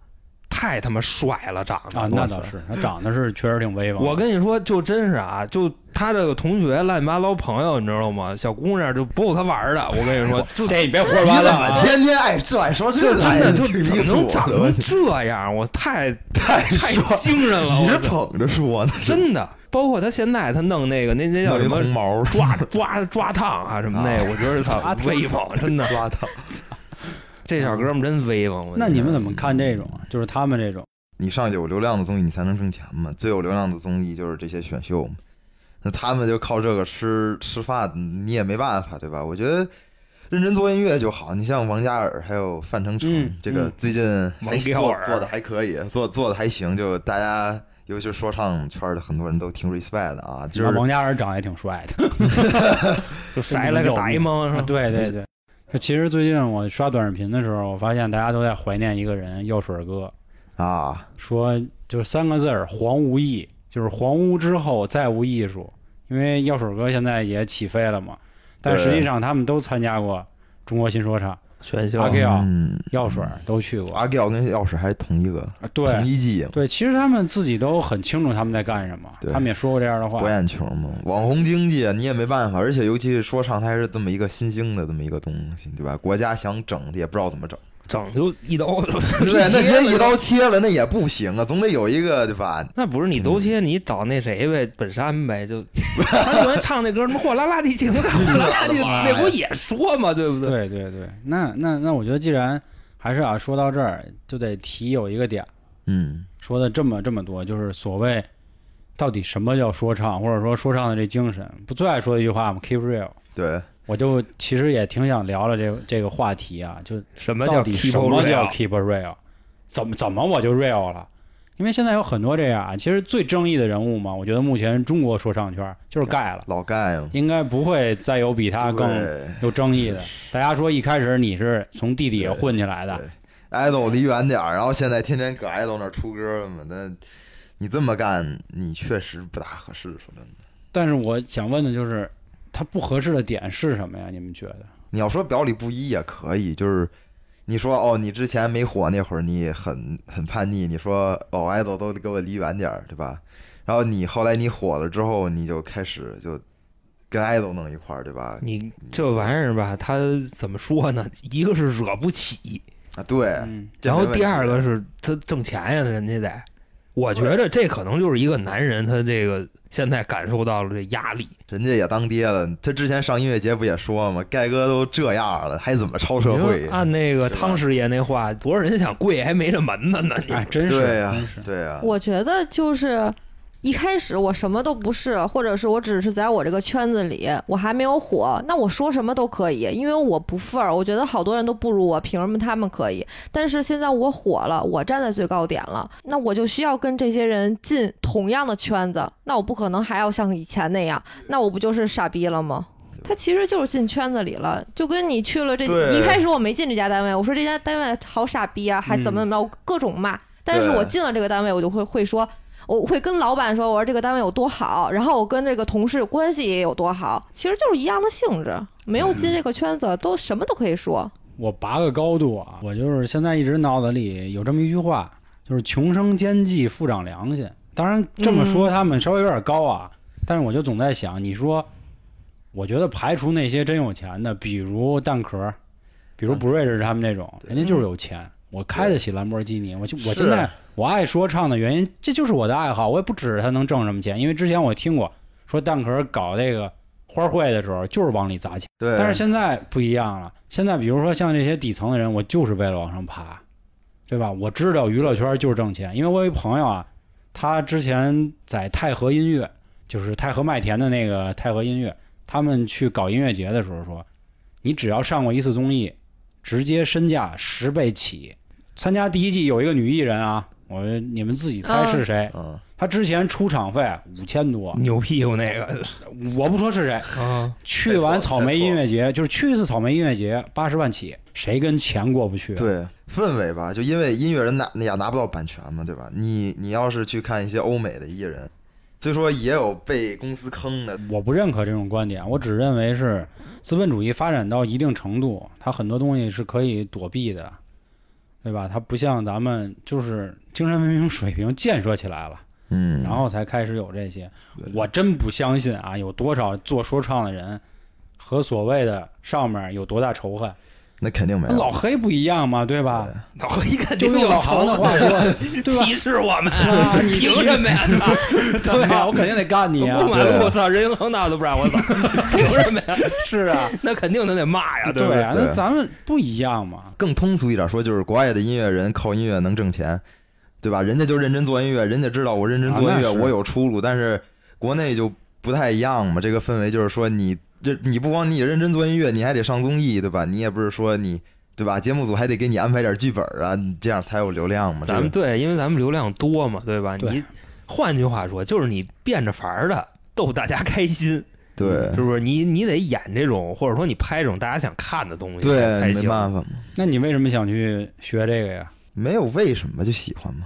太他妈帅了，长啊，得。那倒是，他长得是确实挺威风的。我跟你说，就真是啊，就他这个同学乱七八糟朋友，你知道吗？小姑娘就不够他玩儿的。我跟你说，就这你别胡说你八怎道么啊，天天爱这爱说就这真的就哎挺怎么能长得成这样？我 太太太帅了，惊人了！你我是操捧着说呢？真的，包括他现在他弄那个那那叫什么红毛抓抓抓烫啊什么那，个，我觉得他 抓烫威风，真 的，抓他？这小哥们真威风。我觉得那你们怎么看这种啊？就是他们这种你上有流量的综艺，你才能挣钱嘛。最有流量的综艺就是这些选秀嘛。那他们就靠这个吃吃饭，你也没办法，对吧？我觉得认真做音乐就好。你像王嘉尔还有范丞丞，嗯这个嗯最近还王嘉做尔做的还可以，做做的还行，就大家。尤其是说唱圈的很多人都挺 respect 的啊，就啊是王嘉尔长得也挺帅的， 就晒了个大蒙啊是吧？啊对对对。就其实最近我刷短视频的时候，我发现大家都在怀念一个人——药水哥。啊，说就三个字儿“黄无艺”，就是黄屋之后再无艺术。因为药水哥现在也起飞了嘛，但对实际上他们都参加过中国新说唱，选阿秀 Q 嗯，药水都去过。阿 Giao 跟钥匙还同一个啊同对啊一季嘛，对，其实他们自己都很清楚他们在干什么，对他们也说过这样的话博。眼球嘛，网红经济啊你也没办法，而且尤其是说唱，它还是这么一个新兴的这么一个东西，对吧？国家想整也不知道怎么整，整就 一刀， 对， 那直接一刀切了那也不行啊，总得有一个对吧？那不是你嗯都切，你找那谁呗，本山呗，就他昨天唱那歌什么“货拉拉的情感，货拉拉的”，嗯那不也说嘛，对不？对对对，那那那我觉得既然还是啊，说到这儿就得提有一个点，嗯，说的这么这么多，就是所谓到底什么叫说唱，或者说说唱的这精神，不最爱说的一句话吗？Keep real。对，我就其实也挺想聊聊这个这个话题啊，就什么到叫底 keep 什么 real？叫 keep it real，怎么怎么我就 real 了？因为现在有很多这样啊，其实最争议的人物嘛，我觉得目前中国说唱圈就是盖了，老盖嘛，应该不会再有比他更对有争议的是。大家说一开始你是从地底下混起来的，对挨斗离远点儿，然后现在天天搁挨斗那儿出歌了嘛，那你这么干，你确实不大合适，说真的。但是我想问的就是，他不合适的点是什么呀？你们觉得？你要说表里不一也可以，就是你说哦，你之前没火那会儿你很很叛逆，你说哦，爱豆都给我离远点儿，对吧？然后你后来你火了之后，你就开始就跟爱豆弄一块儿，对吧？你这玩意儿吧，他怎么说呢？一个是惹不起，啊，对。嗯，这然后没问题第二个是他挣钱呀，人家得。我觉得这可能就是一个男人，他这个现在感受到了这压力，人家也当爹了，他之前上音乐节不也说嘛，盖哥都这样了，还怎么超社你会说？啊按那个是吧汤师爷那话，多少人想跪还没这门子呢？你哎，真是，对呀、啊真是，对呀、我觉得就是一开始我什么都不是，或者是我只是在我这个圈子里，我还没有火，那我说什么都可以，因为我不份儿。我觉得好多人都不如我，凭什么他们可以？但是现在我火了，我站在最高点了，那我就需要跟这些人进同样的圈子，那我不可能还要像以前那样，那我不就是傻逼了吗？他其实就是进圈子里了，就跟你去了这对一开始我没进这家单位，我说这家单位好傻逼啊，还怎么怎么着，我各种骂。但是对我进了这个单位，我就会会说，我会跟老板说，我说这个单位有多好，然后我跟这个同事关系也有多好，其实就是一样的性质。没有进这个圈子，都什么都可以说。我拔个高度啊，我就是现在一直脑子里有这么一句话，就是穷生奸计，富长良心。当然这么说他们稍微有点高啊，但是我就总在想，你说，我觉得排除那些真有钱的，比如蛋壳，比如不瑞士他们那种，人家就是有钱，我开得起兰博基尼，我就我是现在我爱说唱的原因，这就是我的爱好，我也不指着他能挣什么钱，因为之前我听过说蛋壳搞这个花卉的时候，就是往里砸钱。对。啊但是现在不一样了，现在比如说像这些底层的人，我就是为了往上爬，对吧？我知道娱乐圈就是挣钱，因为我有一朋友啊，他之前在太和音乐，就是太和麦田的那个太和音乐，他们去搞音乐节的时候说，你只要上过一次综艺，直接身价十倍起。参加第一季有一个女艺人啊，我你们自己猜是谁？嗯，她之前出场费五千多，牛屁股那个我不说是谁，啊，去完草莓音乐节，就是去一次草莓音乐节，八十万起，谁跟钱过不去？，对氛围吧，就因为音乐人拿也拿不到版权嘛，对吧？你你要是去看一些欧美的艺人，虽说也有被公司坑的，我不认可这种观点，我只认为是资本主义发展到一定程度，它很多东西是可以躲避的，对吧？它不像咱们就是精神文明水平建设起来了，嗯然后才开始有这些。我真不相信啊，有多少做说唱的人和所谓的上面有多大仇恨？那肯定没有老黑不一样嘛，对吧？老黑肯就定用老行头的话说，对吧？歧视我们，啊你凭什么呀？操对啊，我肯定得干你啊 我！不对满啊路，我操，人行横道都不让我走，凭什么呀？是啊，那肯定他得骂呀，不对对？啊，对那咱们不一样嘛。更通俗一点说，就是国外的音乐人靠音乐能挣钱，对吧？人家就认真做音乐，人家知道我认真做音乐，啊那是我有出路。但是国内就不太一样嘛，这个氛围就是说你这你不光你认真做音乐，你还得上综艺，对吧？你也不是说你对吧？节目组还得给你安排点剧本啊，你这样才有流量嘛。这咱个们对，因为咱们流量多嘛，对吧？对你换句话说，就是你变着法儿的逗大家开心，对是不是？你你得演这种，或者说你拍这种大家想看的东西才对，才没行。办法嘛，那你为什么想去学这个呀？没有为什么就喜欢嘛。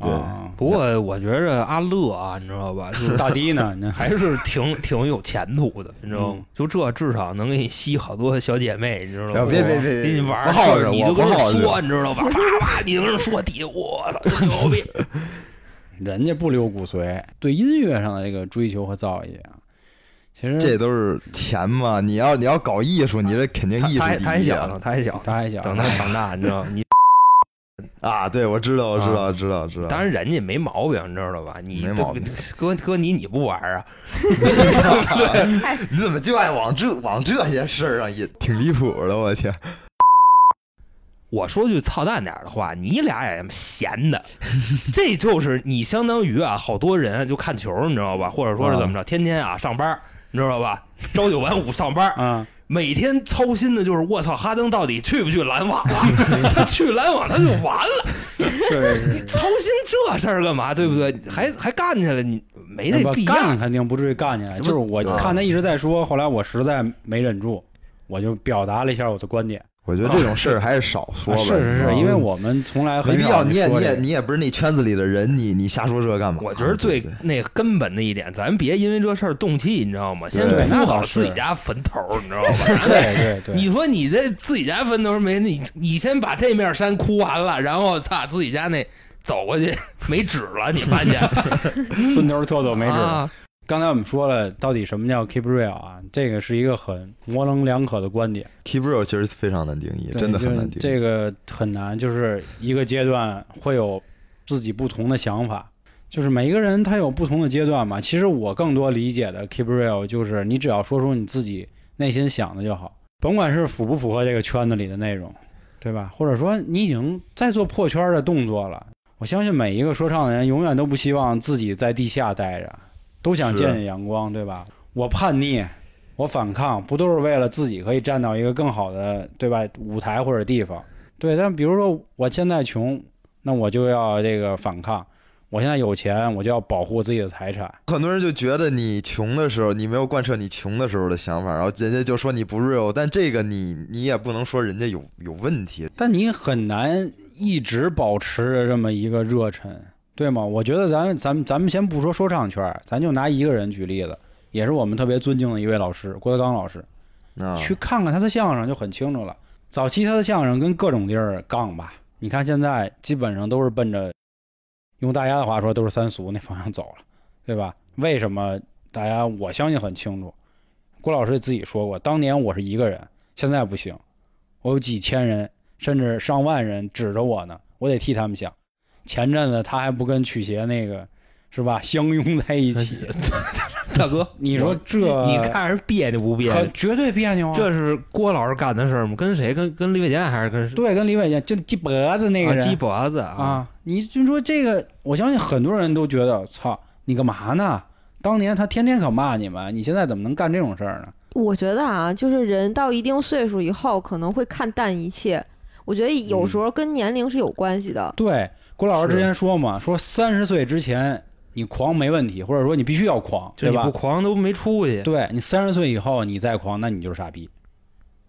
对啊，不过我觉着阿乐啊，你知道吧， 就是大迪呢？那还是挺挺有前途的，你知道吗嗯？就这至少能给你吸好多小姐妹，你知道然吗？啊后别别别，给你玩不儿，好就是惹你我，就不跟那好惹说，，你知道吧？啪啪，你跟那说底，我操，真牛 逼！人家不留骨髓，对音乐上的这个追求和造诣啊，其实这都是钱嘛。你要你要搞艺术，你这肯定他艺术他还第他还一小呢，啊他还小，哎他还小，等他 长大，你知道吗你啊！对，我知道，我知道，知道，知 道。当然人家没毛病，你知道吧？你这没毛病哥哥你你不玩啊？你怎么就爱往这往这些事儿上引？挺离谱的，我天！我说句操蛋点儿的话，你俩也闲 的，这就是你相当于啊，好多人就看球，你知道吧？或者说是怎么着，天天啊上班，你知道吧？朝九晚五上班， 啊，每天操心的就是我操，哈登到底去不去篮网 了？他去篮网他就完了， 对，操心这事儿干嘛？对不对？还还干去了，你没这嗯不必要。干肯定不至于干起来，这就不是我对看他一直在说，后来我实在没忍住，我就表达了一下我的观点。我觉得这种事儿还是少说啊吧。是是你知道是，吗因为我们从来没很必少要，你也说你也这个你也不是那圈子里的人，你你瞎说这干嘛？啊我觉得啊最对对那个根本的一点，咱别因为这事儿动气，你知道吗？先对鼓好那是自己家坟头儿，你知道吧？对对对，你说你这自己家坟头没你，你先把这面山哭完了，然后操自己家那走过去没纸了，你发 现村头厕所没纸。啊刚才我们说了，到底什么叫 keep real 啊？这个是一个很模棱两可的观点， keep real 其实非常难定义，对真的就很是难定义。这个很难，就是一个阶段会有自己不同的想法，就是每一个人他有不同的阶段嘛。其实我更多理解的 keep real 就是你只要说出你自己内心想的就好，甭管是符不符合这个圈子里的内容，对吧？或者说你已经在做破圈的动作了。我相信每一个说唱的人永远都不希望自己在地下待着，都想见见阳光，对吧？我叛逆，我反抗，不都是为了自己可以站到一个更好的，对吧？舞台或者地方，对。但比如说我现在穷，那我就要这个反抗；我现在有钱，我就要保护自己的财产。很多人就觉得你穷的时候，你没有贯彻你穷的时候的想法，然后人家就说你不 real，但这个你你也不能说人家有有问题。但你很难一直保持着这么一个热忱，对吗？我觉得咱咱们咱们先不说说唱圈儿，咱就拿一个人举例子，也是我们特别尊敬的一位老师郭德纲老师，啊，去看看他的相声就很清楚了。早期他的相声跟各种地儿杠吧，你看现在基本上都是奔着，用大家的话说都是三俗那方向走了，对吧？为什么大家我相信很清楚，郭老师自己说过，当年我是一个人，现在不行，我有几千人甚至上万人指着我呢，我得替他们想。前阵子他还不跟曲协那个是吧相拥在一起， 大哥，你说 这你看人别扭不别扭很？绝对别扭啊！这是郭老师干的事儿吗？跟谁？跟跟李伟健还是跟对，跟李伟健就鸡脖子那个啊、鸡人脖子啊？啊，你就说这个，我相信很多人都觉得，操，你干嘛呢？当年他天天可骂你们，你现在怎么能干这种事儿呢？我觉得啊，就是人到一定岁数以后，可能会看淡一切。我觉得有时候跟年龄是有关系的。对，郭老师是之前说嘛，说三十岁之前你狂没问题，或者说你必须要狂，就对你吧不？狂都没出息。对你三十岁以后你再狂，那你就是傻逼。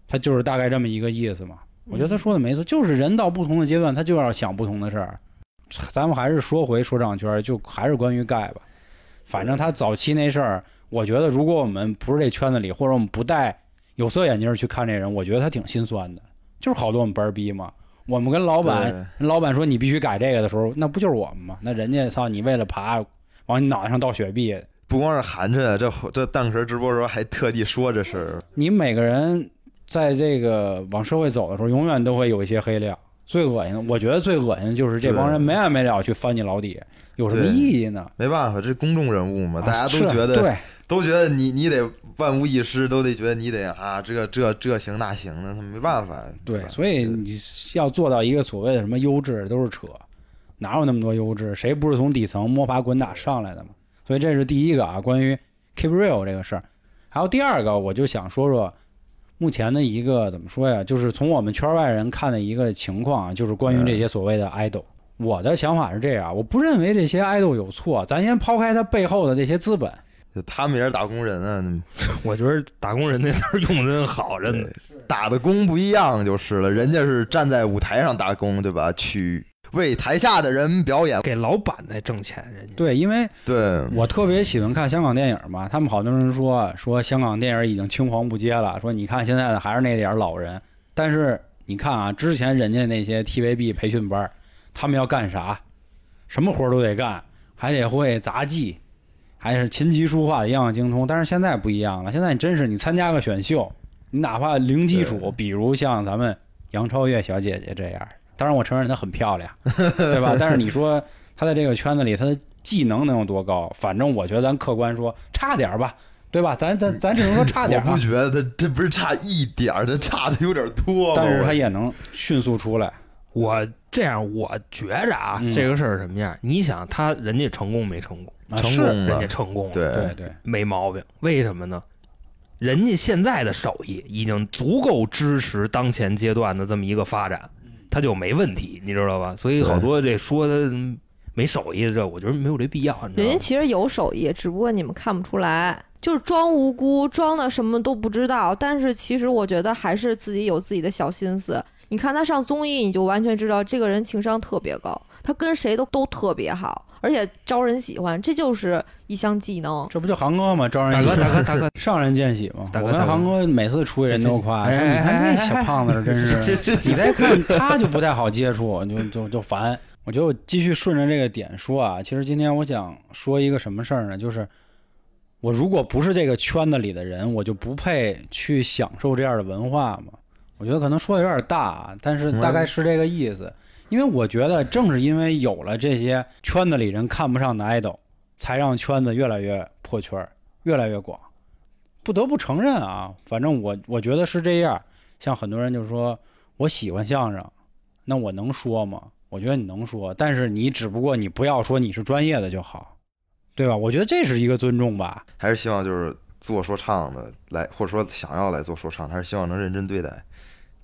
他就是大概这么一个意思嘛。我觉得他说的没错，就是人到不同的阶段，他就要想不同的事儿。咱们还是说回说唱圈儿，就还是关于盖吧。反正他早期那事儿，我觉得如果我们不是这圈子里，或者我们不戴有色眼镜儿去看这人，我觉得他挺心酸的。就是好多我们班儿逼嘛，我们跟老板对老板说你必须改这个的时候，那不就是我们吗？那人家操你为了爬往你脑袋上倒雪碧，不光是寒碜，这这蛋壳直播的时候还特地说这事儿。你每个人在这个往社会走的时候，永远都会有一些黑料。最恶心的，我觉得最恶心的就是这对帮人没完没了去翻你老底，有什么对意义呢？没办法，这公众人物嘛，啊大家是都觉得、对，都觉得你你得万无一失，都得觉得你得啊这这这行那行的，他没办法。对吧，所以你要做到一个所谓的什么优质，都是扯，哪有那么多优质？谁不是从底层摸爬滚打上来的嘛？所以这是第一个啊，关于 keep real 这个事儿。还有第二个，我就想说说目前的一个怎么说呀，就是从我们圈外人看的一个情况啊，就是关于这些所谓的 idol。我的想法是这样，我不认为这些 idol 有错，咱先抛开他背后的这些资本，就他们也是打工人啊，我觉得打工人那词儿用得真好，真的。打的工不一样就是了。人家是站在舞台上打工，对吧？取为台下的人表演。给老板在挣钱，人家对，因为对，我特别喜欢看香港电影嘛，他们好多人说说香港电影已经青黄不接了，说你看现在的还是那点儿老人。但是你看啊，之前人家那些 TVB 培训班儿，他们要干啥，什么活儿都得干，还得会杂技，还是琴棋书画样样精通。但是现在不一样了，现在你真是你参加个选秀，你哪怕零基础，比如像咱们杨超越小姐姐这样，当然我承认她很漂亮， 对吧？但是你说她在这个圈子里，她的技能能有多高？反正我觉得咱客观说差点儿吧，对吧？咱嗯咱咱只能说差点我儿、啊不，觉得这不是差一点儿，这差的有点多吧。但是我她也能迅速出来。我这样，我觉着啊，嗯这个事儿什么样？你想他人家成功没成功？啊成是功，嗯人家成功了，对对对，没毛病。为什么呢？人家现在的手艺已经足够支持当前阶段的这么一个发展，嗯他就没问题，你知道吧？所以好多这说他嗯没手艺的这，我觉得没有这必要，你知人道家吗？其实有手艺，只不过你们看不出来，就是装无辜，装的什么都不知道。但是其实我觉得还是自己有自己的小心思。你看他上综艺，你就完全知道这个人情商特别高，他跟谁都都特别好，而且招人喜欢，这就是一项技能。这不就韩哥吗？招人大喜欢哥，大哥，大哥， 上人见喜嘛。大哥我跟大哥航哥每次出去人都夸，说这这你看哎哎哎这小胖子真是，你再看他就不太好接触，就就就烦。我觉得我继续顺着这个点说啊，其实今天我想说一个什么事儿呢？就是我如果不是这个圈子里的人，我就不配去享受这样的文化嘛。我觉得可能说的有点大啊，但是大概是这个意思。因为我觉得正是因为有了这些圈子里人看不上的 idol，才让圈子越来越破圈儿，越来越广。不得不承认啊，反正我我觉得是这样。像很多人就说我喜欢相声，那我能说吗？我觉得你能说，但是你只不过你不要说你是专业的就好，对吧？我觉得这是一个尊重吧。还是希望就是做说唱的来，或者说想要来做说唱，还是希望能认真对待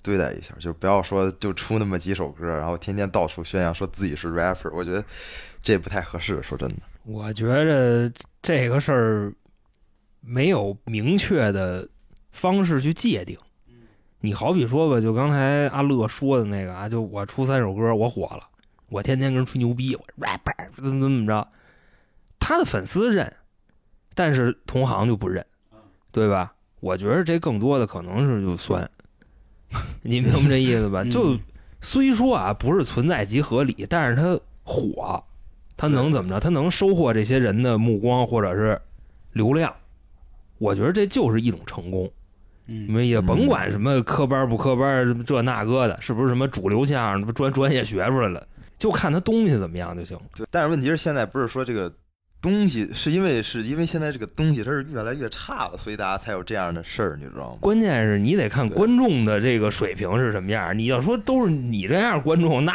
对待一下，就不要说就出那么几首歌，然后天天到处宣扬说自己是 rapper，我觉得这不太合适。说真的，我觉着这个事儿没有明确的方式去界定。你好比说吧，就刚才阿乐说的那个啊，就我出三首歌，我火了，我天天跟人吹牛逼，我 rapper 怎么怎么着，他的粉丝认，但是同行就不认，对吧？我觉得这更多的可能是就酸， 你明白这意思吧？嗯就虽说啊不是存在即合理，但是他火，他能怎么着？他能收获这些人的目光或者是流量，我觉得这就是一种成功。你嗯，们也甭管什么科班不科班，这那个的，是不是什么主流相声，这不专专业学出来了，就看他东西怎么样就行了。对，但是问题是现在不是说这个。东西是因为是因为现在这个东西它是越来越差了，所以大家才有这样的事儿，你知道吗？关键是你得看对观众的这个水平是什么样。你要说都是你这样观众，那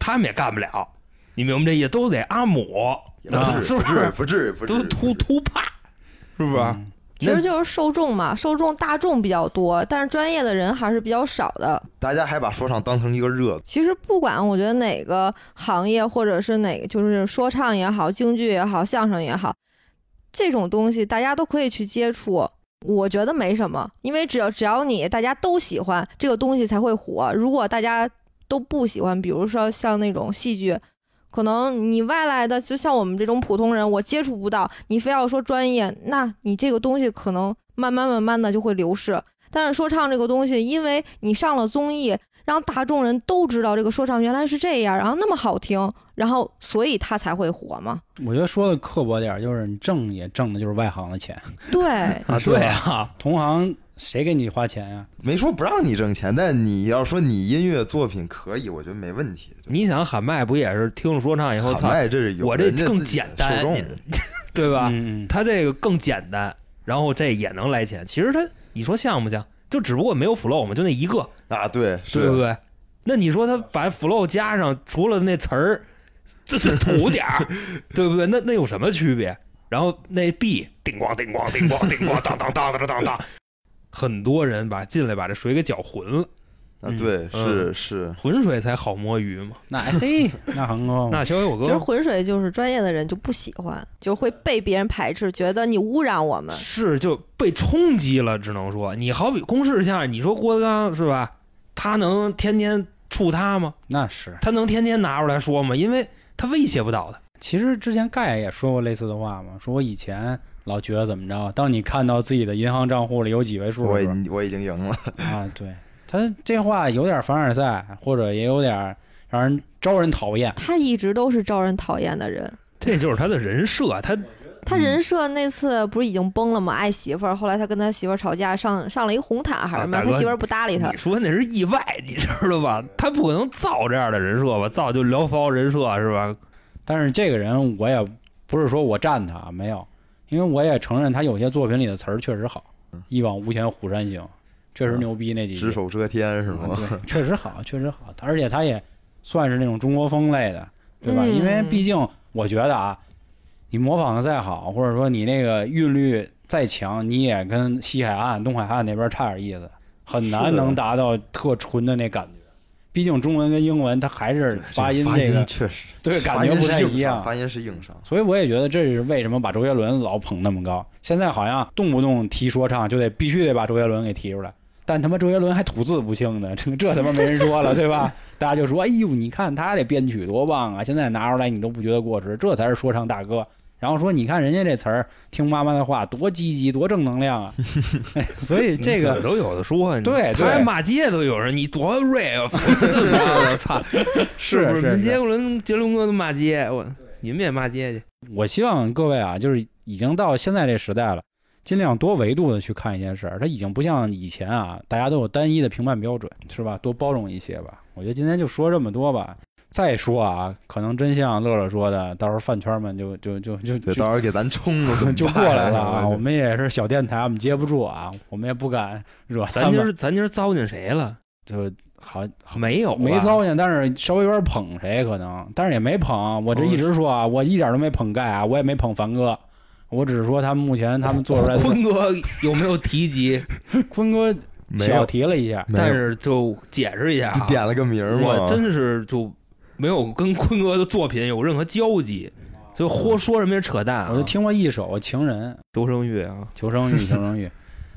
他们也干不了。你明白这意思？都得阿姆，也啊不是至于，不是？不至于，不至于，都不至突于突怕，是不啊是？嗯其实就是受众嘛，受众大众比较多，但是专业的人还是比较少的。大家还把说唱当成一个热其实不管我觉得哪个行业，或者是哪个，就是说唱也好，京剧也好，相声也好，这种东西大家都可以去接触。我觉得没什么，因为只要只要你大家都喜欢这个东西才会火。如果大家都不喜欢，比如说像那种戏剧，可能你外来的，就像我们这种普通人，我接触不到。你非要说专业，那你这个东西可能慢慢慢慢的就会流逝。但是说唱这个东西，因为你上了综艺，让大众人都知道这个说唱原来是这样，然后那么好听，然后所以它才会火嘛。我觉得说的刻薄点儿，就是你挣也挣的就是外行的钱， 对，啊，是吧对啊，同行谁给你花钱呀、没说不让你挣钱，但你要说你音乐作品可以，我觉得没问题。你想喊麦不也是听了说唱以后，喊哎操，麦这是有我这人家更自己的简单受众你对吧？嗯，嗯他这个更简单，然后这也能来钱。其实他，你说像不像？就只不过没有 flow 嘛，就那一个，啊，对，是对不对？那你说他把 flow 加上，除了那词儿， 这这土点儿，对不对？那那有什么区别？然后那 B 叮咣叮咣叮咣叮咣当当当当当当，很多人把进来把这水给搅浑了，啊，对，嗯是是，浑水才好摸鱼嘛。 那嘿，那啊韩哥， 那小友其实哥浑水就是专业的人就不喜欢，就会被别人排斥，觉得你污染我们。是就被冲击了，只能说你好比公式相声，你说郭德纲是吧？他能天天触他吗？那是。他能天天拿出来说吗？因为他威胁不到他。其实之前盖也说过类似的话嘛，说我以前老觉得怎么着，当你看到自己的银行账户里有几位数我的已时候我已经赢了， 啊，对他这话有点凡尔赛，或者也有点让人招人讨厌。他一直都是招人讨厌的人。这就是他的人啊设，他他人设那次不是已经崩了吗？爱媳妇儿，后来他跟他媳妇儿吵架，上上了一红毯还是什啊么大样，哥他媳妇儿不搭理他你。说那是意外，你知道吧？他不可能造这样的人设吧？造就聊骚人设是吧？但是这个人我也不是说我站他啊，没有，因为我也承认他有些作品里的词儿确实好，一往无前虎山行”确实牛逼那几句只，手遮天是啊吗？嗯对，确实好，确实好，而且他也算是那种中国风类的，对吧？嗯因为毕竟我觉得啊，你模仿的再好，或者说你那个韵律再强，你也跟西海岸、东海岸那边差点意思，很是难的能达到特纯的那感觉。毕竟中文跟英文它还是 对发音发这个音，确实对发感觉音不是太硬一样伤，发音是硬伤。所以我也觉得这是为什么把周杰伦老捧那么高。现在好像动不动提说唱就得必须得把周杰伦给提出来，但他妈周杰伦还吐字不清呢，这这他妈没人说了，对吧？ 大家就说：“哎呦，你看他这编曲多棒啊！”现在拿出来你都不觉得过时，这才是说唱大哥。然后说：“你看人家这词儿，听妈妈的话，多积极，多正能量啊！” 所以这你怎么个都有的说，你对他还对骂街都有人，你多锐啊！怎么着的操， 是不是是？是杰伦杰伦哥都骂街，我你们也骂街去。我希望各位啊，就是已经到现在这时代了，尽量多维度的去看一件事儿。它已经不像以前啊，大家都有单一的评判标准，是吧？多包容一些吧。我觉得今天就说这么多吧。再说啊，可能真像乐乐说的，到时候饭圈们就就就就对，就到时候给咱冲 了，就过来了啊！啊！我们也是小电台，我们接不住啊，我们也不敢惹他咱今们。儿咱今儿糟践谁了？就好没有吧，啊没糟践，但是稍微有点捧谁可能，但是也没捧。我这一直说啊，我一点都没捧盖啊，我也没捧凡哥，我只是说他们目前他们做出 来的。 坤哥有没有提及？坤哥没小有，提了一下，没但有，是就解释一下就啊，点了个名儿我嘛。真是就没有跟坤哥的作品有任何交集，所以豁说什么也扯淡啊。我就听过一首《情人》，求生欲啊，求生欲，求生欲。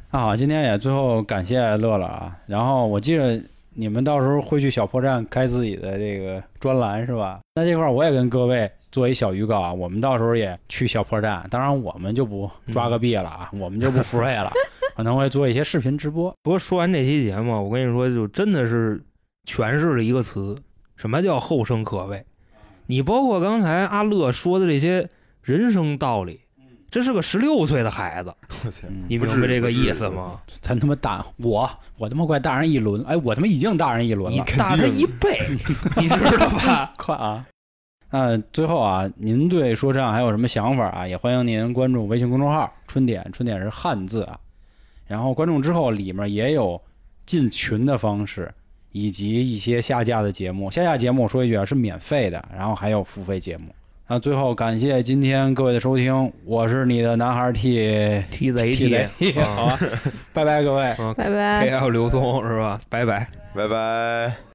那好，今天也最后感谢乐乐啊。然后我记得你们到时候会去小破站开自己的这个专栏是吧？那这块儿我也跟各位做一小预告啊，我们到时候也去小破站，当然我们就不抓个币了啊，我们就不付费了，可能会做一些视频直播。不过说完这期节目，我跟你说，就真的是诠释了一个词，什么叫后生可畏？你包括刚才阿乐说的这些人生道理，这是个十六岁的孩子，我去，嗯，你明白这个意思吗？咱他妈大我我他妈快大人一轮，哎，我他妈已经大人一轮你了，肯大他定一倍，你知 道 吧？快啊！那最后啊，您对说唱还有什么想法啊？也欢迎您关注微信公众号“春点”，春点是汉字啊。然后关注之后，里面也有进群的方式，以及一些下架的节目。下架节目我说一句啊，是免费的，然后还有付费节目。那最后感谢今天各位的收听，我是你的男孩 T T Z T 雷 T，好啊，拜拜各位。 拜拜。 K L 刘聪是吧？拜拜。拜拜。